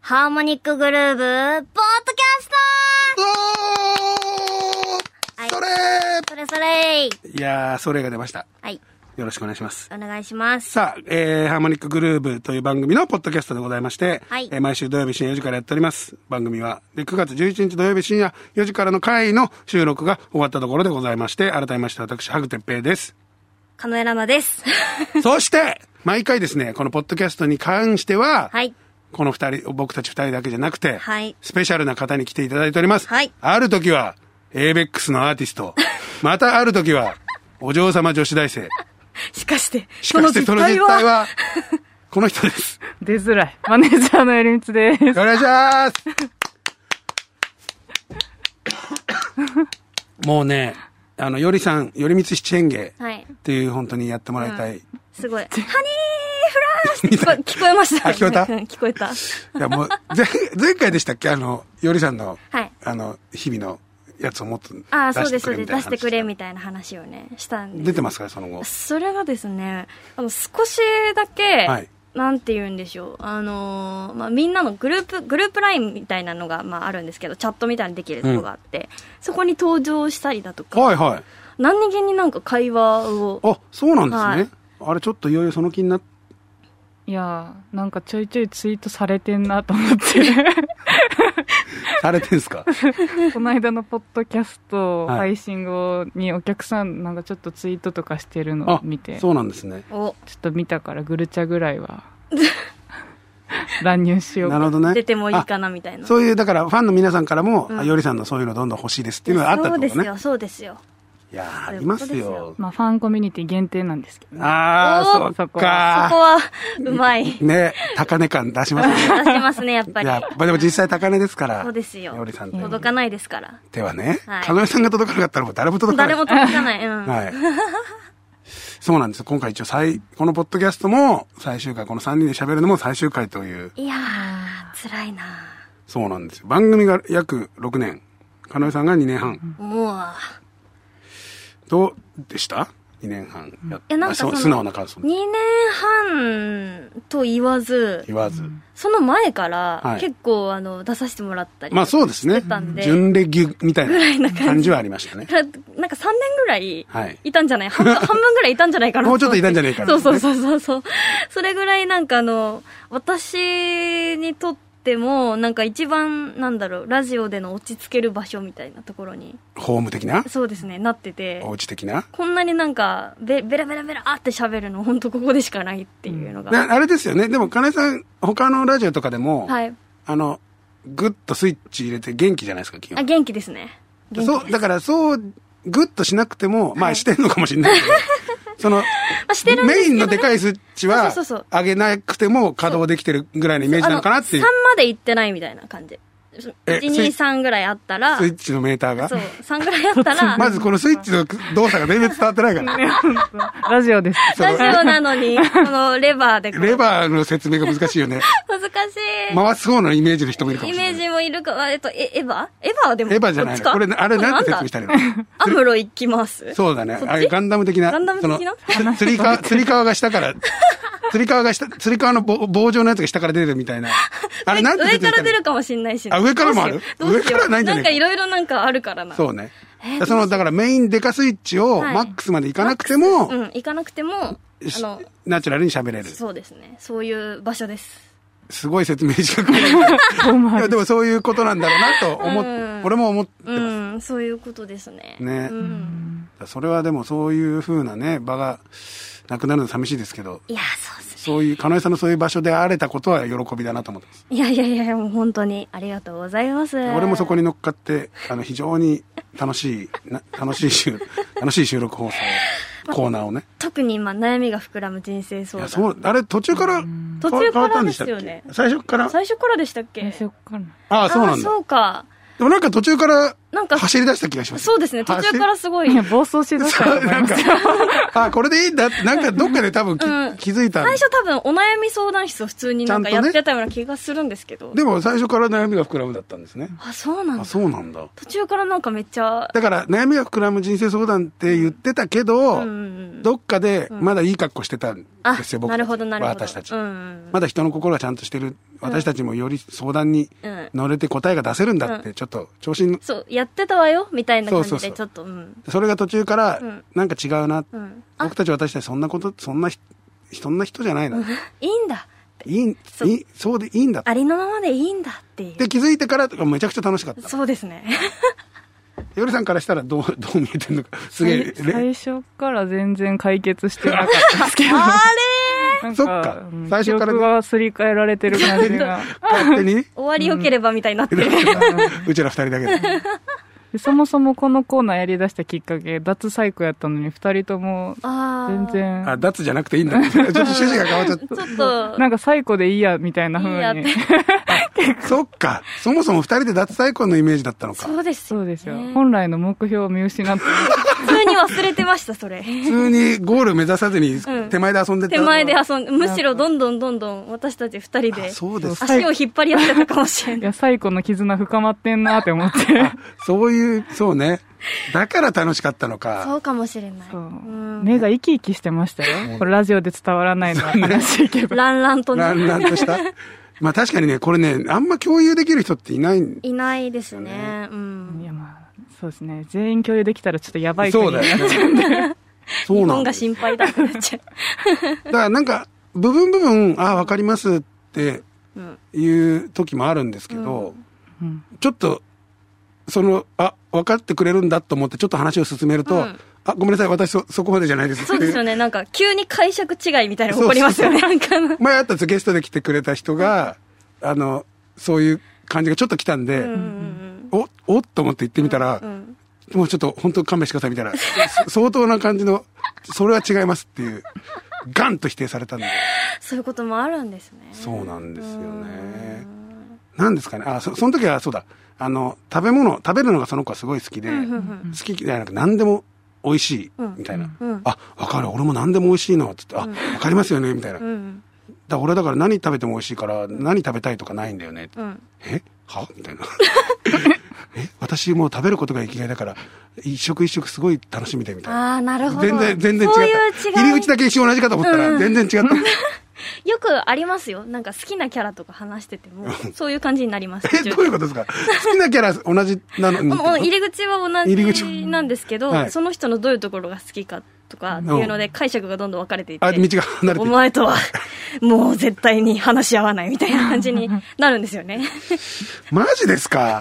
ハーモニックグルーブ、ポッドキャスおーはいそれトそれそれーいやー、それが出ました。はい、よろしくお願いします。お願いします。さあ、えー、ハーモニックグルーブという番組のポッドキャストでございまして、はいえー毎週土曜日深夜4時からやっております。番組は、で、9月11日土曜日深夜4時からの回の収録が終わったところでございまして、改めまして私、ハグテッペイです。カノエラナです。 そして、毎回ですね、このポッドキャストに関しては、はい、この二人、僕たち二人だけじゃなくて、はいスペシャルな方に来ていただいております。はいある時は、エイベックスのアーティス ト。またある時は、お嬢様女子大生。しかして、しかしてその実態は、この人です。出づらい。マネージャーのエリミツです。お願いします。もうね、あの、よりさん、よりみつ七変化っはい、ていう本当にやってもらいたい。す ごい。ハニーフラッシュって聞こえ聞こえました。 あ聞こえたうん聞こえた。いや、もう、前、前回でしたっけあの、よりさんの、はいあの、日々のやつをもっと出してくれああ、そうです、そうでみす。たい出なしてくれ話みたいな話をね、したんで出てますかその後。それがですね、あの、少しだけ、はいなんて言うんでしょう。あのーまあ、みんなのグループ、グループラインみたいなのが、まあ、あるんですけど、チャットみたいにできるとこがあって、そこに登場したりだとか、はいはい。何気になんか会話を、あ、そうなんですね。あれ、ちょっといよいよその気になっいやー、なんかちょいちょいツイートされてんなと思 って、されてん すかこの間のポッドキャストはい配信後にお客さんなんかちょっとツイートとかしてるのをあ見て、ちょそっうなんですね。をと見たからグルチャぐらい は、乱入しようなか。るほどね。出てもいいかなみたいあな。そういう、だからファンの皆さんからも、うんあよりさんのそういうのどんどん欲しいですっていうのがあったそっうてでこすとね。よ、そうですよ。いやー、あそういうことりますですよよ。まあファンコミュニティ限定なんですけど、あおーー、そっそこはそこかは、うまい。 ー。ね、高値感出しますね。出します ね、やっぱいり。や、まあでも実際高値ですから。そうですよよりさん届かないですから。ではね、はいかのえさんが届かなかったらもう誰も届かない。誰も届かない。うん。はい。そうなんですよ。今回一応最、このポッドキャストも最終回、この3人で喋るのも最終回という、い、やー、辛いなそうなんですよ。番組が約6年、かのえさんが2年半。もう、どうでした ?2 年半やっえなんあかそうその素直な感想2。年半と言わず、言わず。その前かはらい結構あの出させてもらったり、まあそうですねしてたん。で純レギュみたいな感じはありましたね。 なんか3年ぐらいはいいたんじゃない、 半分半分ぐらいいたんじゃないかなもうちょっといたんじゃないかなそうそうそうそうそう。それぐらいなんかあの、私にとっても、なんか一番なんだろう、ラジオでの落ち着ける場所みたいなところに、ホーム的なそうですね、なってて。お家的なこんなになんか、べ、べらべらべらーって喋るの、ほんとここでしかないっていうのが。なあれですよね。でも、かなえさん、他のラジオとかでも、はい。あの、グッとスイッチ入れて元気じゃないですか、基あ、本。元気ですね。元気そう、だからそう、グッとしなくても、まあしてんのかもしれないけ ど、その、あしてるんでメすけどイねンのでかいスイッチはそうそうそう、上げなくても稼働できてるぐらいのイメージなのかなっていうあの、3まで行ってないみたいな感じ。え1、2、3ぐらいあったら、スイそう、ッチのメーターが。 3ぐらいあったら、 まずこのスイッチの動作が全然伝わっ てないから。ラジオです。ラジオなのに、このレバーでこう、レバーの説明が難しいよ ね。難しい。回す方のイメージの人もいるかもイしれなメい。ージもいるか、あえっと、え、エヴァエヴァでもエヴァじゃないっの。ちかこれ、あれなんて説明したらいいのアムロ行きます。そうだね。そっちあれガンダム的な。ガンダム的なそのつ釣り 革、釣り革が下から、釣り革が下、釣り革の棒棒状のやつが下から出てるみ たいな。あれなんて上か説明したらら出いいるかもしんないし、あ上からもあるどうしよう上からはないんじゃなないんかかいろいろなんかあるからな。のそうねえ。ーその、だからメインデカスイッチをはいマックスまでいかなくてもう、ん、行かなくても、あしの、ナチュラルに喋れる。そうですね。そういう場所です。すごい説明しか くない遠回いりや。でもそういうことなんだろうなと思っうん俺も思ってうまん、そういうことですね。ねうん。す。それはでもそういう風なね、場がなくなるの寂しいですけど、いや、そうっす。そういう、金井さんのそういう場所で会われたことは喜びだなと思ってます。いやいやいや、もう本当にありがとうございます。俺もそに。こに乗っかって、あの、非常に楽しい、な楽し い収、楽しい収録放送、コーナーをね。特に今、悩みが膨らむ人生い相や、談。そう、あれ、途中から、途中変かわったらんででしすたっよけね。最初から、あ最初からでしたっけ最初から。あ、そうなんあだ。そうか。でもなんか途中から、なんか、走り出した気がします。そうですね、途中からすごいい。や、暴走しだしたとそう思いなんま かす。、あ、これでいいんだって、なんかどっかで多分き、うん気づいたん最で初多分お悩み相談室を普通になんかちゃやんとねってたような気がするんですけど。でも最初から悩みが膨らむだったんですね。あ、そうなんあ、だ。そうなんだ。途中からなんかめっちゃ、だから、悩みが膨らむ人生相談って言ってたけうど、んうんどっかでまだいい格好してたんあですよ、、僕なたちるほどなるほど。私たち。うんうんまだ人の心はちゃんとしてる。私たちもより相談にうん乗れて答えが出せるんだって、ちょっと調子に、そう、やってたわよ、みたいな感そじうそうで、そうちょっと、うん。それが途中からうん、なんか違うな。うん。あ、僕たち私たちそんなこと、そんなひ、そんな人じゃないな。いいんだ。いい、そういい、そうでいいんだ。ありのままでいいんだっていう。で、気づいてからとかめちゃくちゃ楽しかった。そうです ね。よりさんからしたらどう、どう見えてるのか。すげえ、れ 最初から全然解決してなかったんですけど。あなんそっかうん最初から記憶がすり替えられてる感じ が。勝手にれ終わりよければみたいになってる。 うちら二人だけで。でそもそもこのコーナーやり出したきっかけ、脱サイクやったのに二人ともああ。全。然、あ、脱じゃなくていいんだ。ちょっと趣旨が変わっちゃっちょっと、なんかサイコでいいや、みたいないいやっ風てに。た。そっか。そもそも二人で脱再婚のイメージだったのか。そうです そようね。ですよ。本来の目標を見失って。 普通に忘れてました、それ。普通にゴール目指さずにん手前で遊んでた。手前で遊んで、むしろどんどんどんどん私たち二人であ、そうです。足を引っ張り合ってたかもしれいない。や、サイコの絆深まってんなって思って。そういう、そうね。だから楽しかったのか。 そうかもしれない。 そううん。目が生き生きしてましたよ。これラジオで伝わらないのは悲しいけど。ランランとランね。ランとした。まあ確かにね、これね、あんま共有できる人っていない。いないですね。うんい。や、まあ、そうですね。全員共有できたらちょっとやばい国そうになだっちゃうよね。そう日なの。本が心配だってなっちゃだからなんか、部分部分、ああ、わかりますってう。うん。いう時もあるんですけど、うんちょっと、その、あ、分かってくれるんだと思って、ちょっと話を進めると、うんあ、ごめんなさい、私そ、そこまでじゃないです。そうですよね。ね。なんか、急に解釈違いみたいなの起こりますよね。なんかあの、 前あったゲストで来てくれた人が、あの、そういう感じがちょっと来たんで、うんうんうん。お、おっと思って行ってみたら、うん。もうちょっと本当勘弁してくださいみたいな、そ相当な感じの、それは違いますっていう、ガンと否定されたんで。そういうこともあるんですね。そうなんですよねう。なんですかね。あ、そ、その時はそうだ。あの、食べ物、食べるのがその子はすごい好きで、うんうんう好んき嫌いなく何でも美味しいうん、みたいな。うん。あ、わかる。俺も何でも美味しいの。つって、あ、わかりますよね。みたいな。うだん。俺だから何食べても美味しいから、何食べたいとかないんだよね。うん。えはみたいな。え私もう食べることが生きがいだから、一食一食すごい楽しみで、みたいな。ああ、なるほど。全然、全然違っそうた。いう違い。入り口だけ一緒同じかと思ったうら、ん全然違った。よくありますよ。なんか好きなキャラとか話してても、そういう感じになります。 え、どういうことですか好きなキャラ同じなのにもうってこもうと。入り口は入り同口じなんですけど、はいその人のどういうところが好きかとかっていうので解釈がどんどん分かれていって、あ、道が離れておいく。前とは もう絶対に話し合わないみたいな感じになるんですよね。マジですか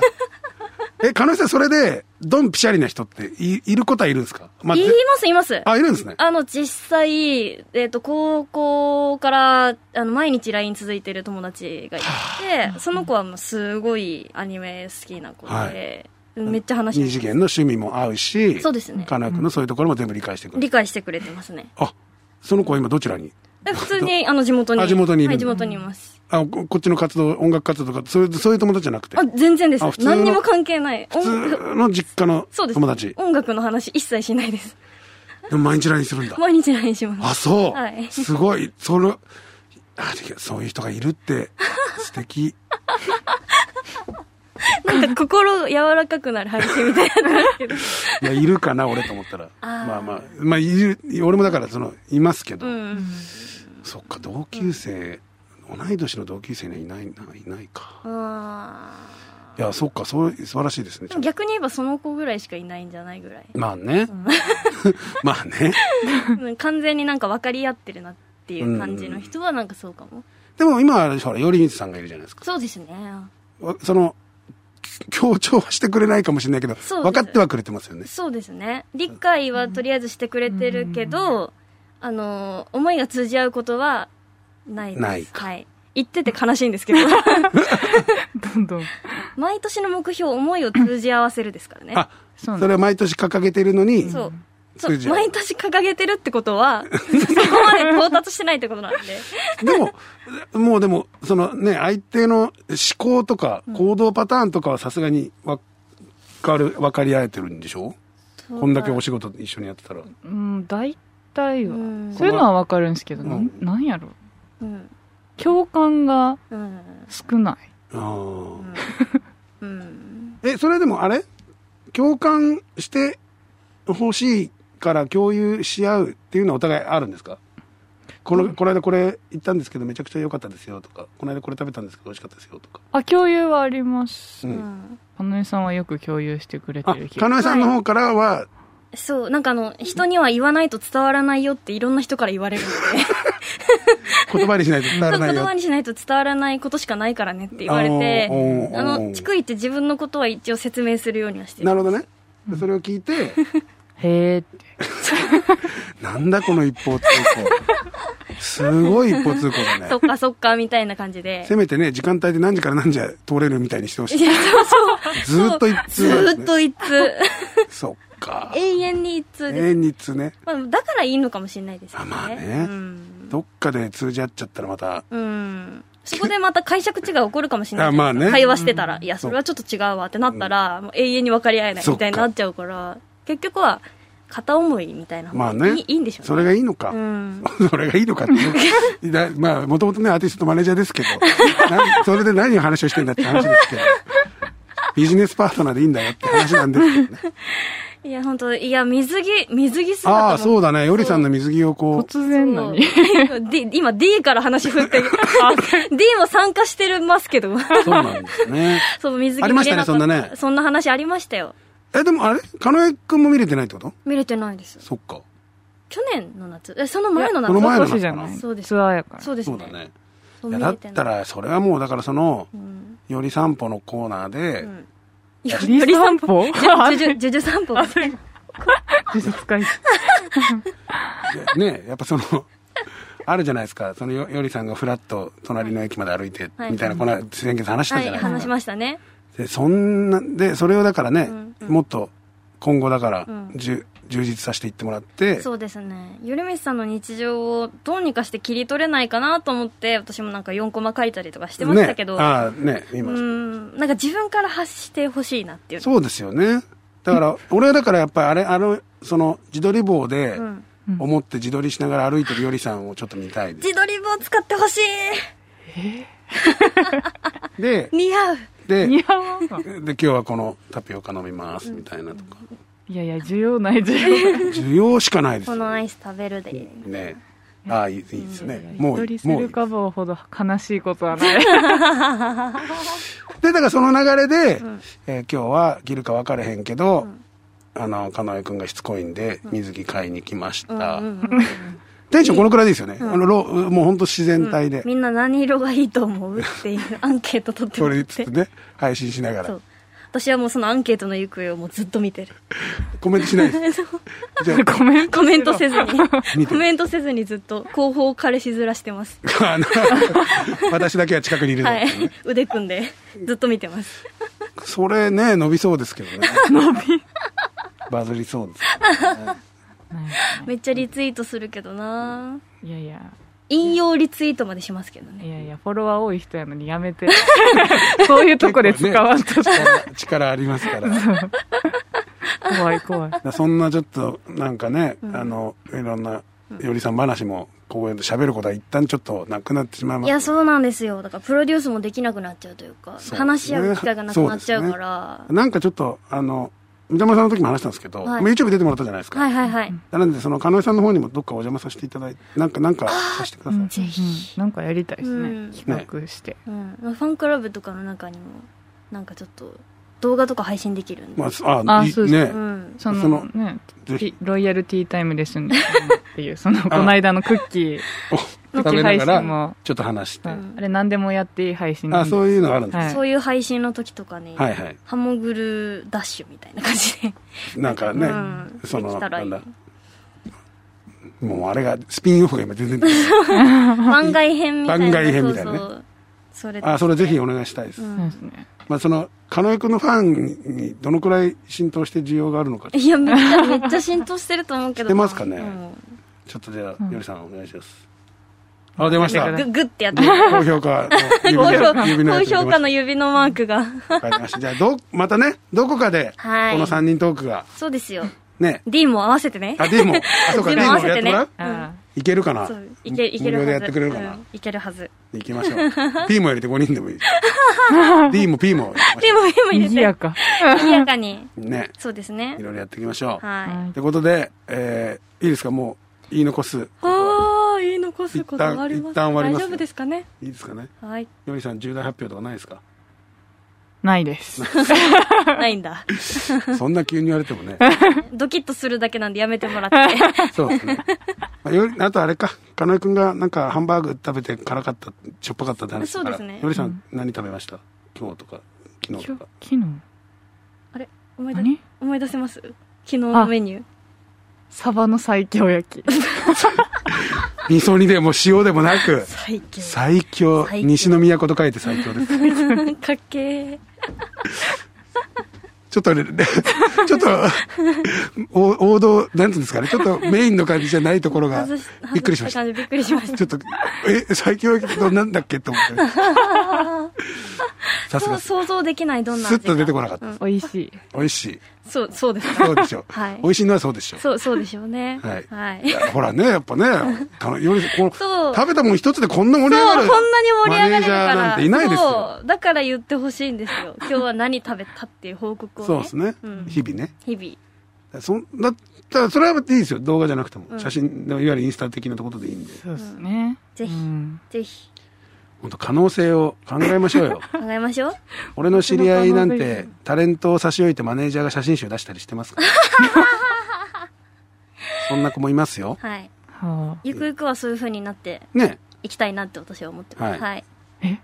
え、カノさんそれで、ドンピシャリな人ってい、いることはいるんですか まあ言いぜます、言います。あ、いるんですね。あの、実際、えっ、と、高校から、あの、毎日 LINE 続いてる友達がいて、その子はもうすごいアニメ好きな子で、はめっちゃ話二し次て元の趣味も合うし、そうですねカノエ君のそういうところも全部理解してくれ理る。解してくれてますね。あ、その子は今どちらにえ普通に、あの、地元に。あ地元にいるはい、地元にいます。あこ、こっちの活動、音楽活動とか、そういう、そういう友達じゃなくてあ、、全然であ普す。通の何にも関係ない。普音通の実家のそうです。友達。音楽の話一切しないです。でも毎日 LINE するんだ。毎日 LINE します。あ、そう。はいすごい。その、あてかそういう人がいるって、素敵。なんか心柔らかくなる配信みたいな のですけど。いや、いるかな、俺と思ったら。あーまあまあ、まあ、いる、俺もだから、その、いますけど、うん。そっか、同級生、同い年の同級生ね、いないな、いないか。あいや、そっか、そう、素晴らしいですねー。でも逆に言えばその子ぐらいしかいないんじゃないぐ らい。まあね。まあね。うん完全になんか分かり合ってるなっていう感じの人はなんかそうかも。でも今、ほら、よりみつさんがいるじゃないですか。そうですね。わその、強調はしてくれないかもしれないけど、そうです分かってはくれてますよね。そうですね。理解はとりあえずしてくれてるけど、あの、思いが通じ合うことはないです。ないかはい。言ってて悲しいんですけど。 どんどん。毎年の目標、思いを通じ合わせるですからね。あ、そうなんそれは毎年掲げてるのに、そう。そ通うじ合う毎年掲げてるってこと は、そこまで到達してないってことなんで。でも、もうでも、そのね、相手の思考とか行動パターンとかはさすがにわかる分かり合えてるんでしょ こんだけお仕事一緒にやってたらうん大体は、うんそういうのはわかるんですけど、うんなんなんやろうん共感がうん少ないあーうんえそれでもあれ共感してほしいから共有し合うっていうのはお互いあるんですかこのこの間これ行ったんですけどめちゃくちゃ良かったですよとかこの間これ食べたんですけど美味しかったですよとかあ共有はあります、うんかのえさんはよく共有してくれてある気かがなえさんの方からはそう、なんかあの、人には言わないと伝わらないよっていろんな人から言われるので、言葉にしないと伝わらそうない言よ葉にしないと伝わらないことしかないからねって言われおーて、おーおーあの、逐一自分のことは一応説明するようにはしてなる。るほどねでそれを聞いてへえってなんだこの一方通行。すごい一方通行だそねっ。かそっかみたいな感じでせ。めてね、時間帯で何時から何時通れるみたいにしてほしい。いやそうそうずーっと一通ずなんですーねっと一通。そっか。永遠に一通永です。遠に一通ね。まあ、だからいいのかもしれないですけどね。あまあねうん。どっかで通じ合っちゃったらまた、うん。そこでまた解釈違い起こるかもしれないじゃないですか。あまあね会話してたら、いや、それはちょっと違うわってなったら、もう永遠に分かり合えないみたいになっちゃうから、結局は、片思いみたいな方がまあねいいいいんでしょうね。それがいいのかう。ん。 それがいいのかって いう。だまあ、もともとね、アーティストとマネージャーですけど、なそれで何を話をしてんだって話ですけど、ビジネスパートナーでいいんだよって話なんですけ どね。いや、本当いや、水着、水着姿も。ああ、そうだね。よりさんの水着をこう、突然なのにそう D 今 D から話振 って、D も参加してるますけど、そうなんですね。そう、水着ありました見ねれかっそんなねそんな話ありましたよ。え、でもあれかのえくんも見れてないってこと見れてないです。そっか。去年の夏、えその前の夏。この前の少しじゃないそうですツアーやからそうですそね。うだね。そういや見だれってないたら、それはもう、だからその、うんより散歩のコーナーで、んより散歩ジュジュジュジュ散歩がね呪術回戦ね、やっぱその、 あるじゃないですか、そのよよりさんがふらっと隣の駅まで歩いて、はいみたいな、この先月話したはじいゃないですか。話しましたねで、そんな、で、それをだからね、うんもっと、今後だから、うんじゅ充実させていってもらって、そうですねゆるみさんの日常をどうにかして切り取れないかなと思って私もなんか4コマ書いたりとかしてましたけど、ね、ああ、ね、う今、んなんか自分から発してほしいなっていうそうですよね。だから、俺はだからやっぱりあれ、あの、その、自撮り棒で、うん思って自撮りしながら歩いてるよりさんをちょっと見たいです。自撮り棒使ってほしでい、似合うで、 似合わんわで今日はこのタピオカ飲みますみたいなとか、いやいや需要ない需要ない需要しかないですこよのアねイス食べるで、ねああいいいいですねもう一人すもういるいカバーほど悲しいことはないでだからその流れで、えー今日は着るか分かれへんけど、あのかなえくんがしつこいんで水着買いに来ました、うんテンションこのくらいでいいですよね、あのろもうほんと自然体で、みんな何色がいいと思うっていう アンケート取ってそもられっにつてつね配信しながそらう私はもうそのアンケートの行方をもうずっと見てる コメントしないですじゃあごめんコメントせず見に、てコメントせずにずっと後方彼氏ずらしてます。あの 私だけは近くにいるの、はい。腕組んで、ずっと見てます。それね伸びそうですけどねバズりそうですめっちゃリツイートするけどないやいや引用リツイートまでしますけどね。いやいやフォロワー多い人やのにやめて そういうとこで使わんとしたら力ありますから。だか怖い怖いらそんなちょっと、なんかね、あの、いろんな、よりさん話も、ここで喋ることは一旦ちょっとなくなってしまいまいす。や、そうなんですよ。だからプロデュースもできなくなっちゃうというか、そう話し合う機会がなくなっちゃうから。なんかちょっと、あの、三田村さんの時も話したんですけど、はい YouTube 出てもらったじゃないですか。はいはいはい。なので、その、狩野井さんの方にもどっかお邪魔させていただいて、なんか、なんかさせてください。ぜひうんなんかやりたいですうんね企画してうん。ファンクラブとかの中にも、なんかちょっと、動画とか配信できるんで。まあ、あ、あいいそうでねすう。ん。そそののねぜひピロイヤルティータイムですんでっ ていうそのこの間のクッキーおの食べなが配信らも、ちょっと話して。あれ何でもやっていい配信あ、そうういうのがあるんです。はいそういう配信の時とかに、はいはい。ハモグルダッシュみたいな感じで。なんかね、うんその、できなたらいんいだ。もうあれが、スピンオフが今全然出て ない番外編みたいな番外編みたいなねそうそうそれあ、それぜひお願いしたいです。うんそうですねまあ、その、カノエ君のファンにどのくらい浸透して需要があるのか、ちいやめっちゃめっちゃ浸透してると思うけどしてますかねうんょっとじゃあ、うんよりさんお願いします。あ、出ました。ググってやって。高評価高評価の指の高やつ出ました評価の指のマークが。 わかりました。じゃあ、ど、またね、どこかで、こはいの三人トークが、そうですよ。ね、 D も合わせてね。あ、D も、あ、そうか、D D もも合やわっせててもねらうあいけるかなそう、いけ、いけ無るはず。料でやってくれるかなうんいけるはず。行きまし ょう。P も入れて5人でもいい。D も P も入れて D も E もあ入れて。賑やか。賑やかに。ね、そうですねい。ろいろやっていきましょう。はい。ということで、えー、いいですか、もう、言い残す。ああ、言い残すことあります。一旦一旦終わり大ます丈夫ですかねいいですかね。はい。 よりさん、重大発表とかないですかないです。ないんだ。そんな急に言われて もね。ドキッとするだけなんでやめてもらって。そうですね。まあよりあとあれか、かのえくんがなんかハンバーグ食べて辛かった、しょっぱかったって話したからそうですねよりさん、何食べました今日とか、昨日と今日か。昨日、あれ思い出何思い出せます昨日のメニュー。サバの最強 焼き。 味噌煮でも塩でもなく、最強。最強、最強西の都と書いて最強です。 かっけー。ちょっとね、 ねちょっと、お王道、なんていうんですかね、ちょっとメインの感じじゃないところが外し、びっくりしました。感じびっくりしました。ちょっと、え、最強のなんだっけと 思って。さそすうが、想像できないどんなス味ッかと出てこなかったうでんす。美味しい。美味しい。そうそうですかそうでしょう。 はい美味しいのはそうでしょう。そうそうでしょうねはいはい いやほらね、やっ ぱね、たのよりこのそう食べたもん一つでこんな盛り上がそうる。こんなに盛り上がれるからマネージャーなんていないですよ。そうだから言ってほしいんです よ今日は何食べたっていう報告を、ね、そうですねうん。日々ね。日そんだったら、それはいいですよ。動画じゃなくてうも。ん写真の、いわゆるインスタ的なところでいいんで。そうですね。ぜひうん々ぜひ本当可能性を考えま しょうよ。考えましょう俺の知り合いなんその可能て性、タレントを差し置いてマネージャーが写真集出したりしてます から。そんな子もいますよ。はいはゆくゆくはそういう風になってね。いきたいなって私は思ってますはいはい、あ。え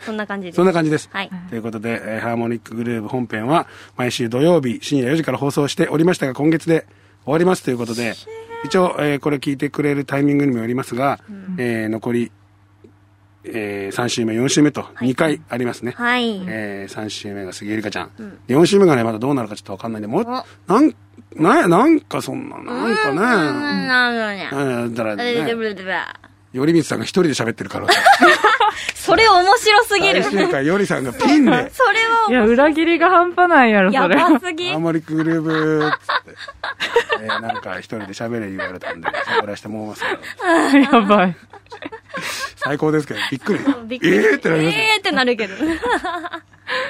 そんな感じですそんな感じです。はいということで、えーハーモニックグルーヴ本編は毎週土曜日深夜4時から放送しておりましたが、今月で終わりますということで、一応、えーこれ聞いてくれるタイミングにもよりますが、えー残り、え3週目、4週目と2回ありますね。はい、え3週目が杉江里香ちゃん、うんで4週目がね、まだどうなるかちょっとわかんないんで、もう、おなん、な、なんかそんな、なんかね、なんかねなんだらね、頼光さんが一人で喋ってるから、それ面白すぎ最るそれ 終回、よりさんがピンで、いはや、裏切りが半端ないやろ、やそれ。ばすぎハーモニックグルーブーっつって、えーなんか一人で喋れ言われたんで、喋らせてもらいますけど やばい。最高ですけど、びっくり。びっくりえーってなりますねえーってなるけど。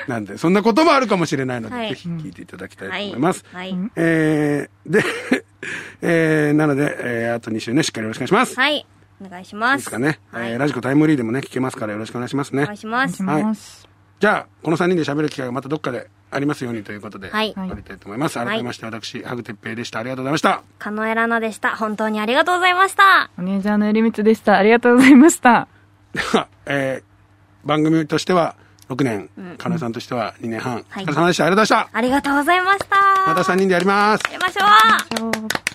なんで、そんなこともあるかもしれないので、はいぜひ聞いていただきたいと思います。はい。えー、で、 えー、なので、えー、あと2週ね、しっかりよろしくお願いします。はい。お願いしいいまですす。かね、はい。えーおラジコタイムリーでもね、聞けますからよろしくお願いしますね。願いしまお願いしす。ます。じゃあ、この3人で喋る機会がまたどっかでありますようにということで、はい終わりたいと思います。改めまして、私、ハグてっぺいでした。ありがとうございました。カノエラナでした。本当にありがとうございました。お姉ちゃんのえりみつでした。ありがとうございました。では、えー番組としては6年、カノエさんとしては2年半、はいお疲れ様でした。ありがとうございました。ありがとうございました。また3人でやります。やりましょうそう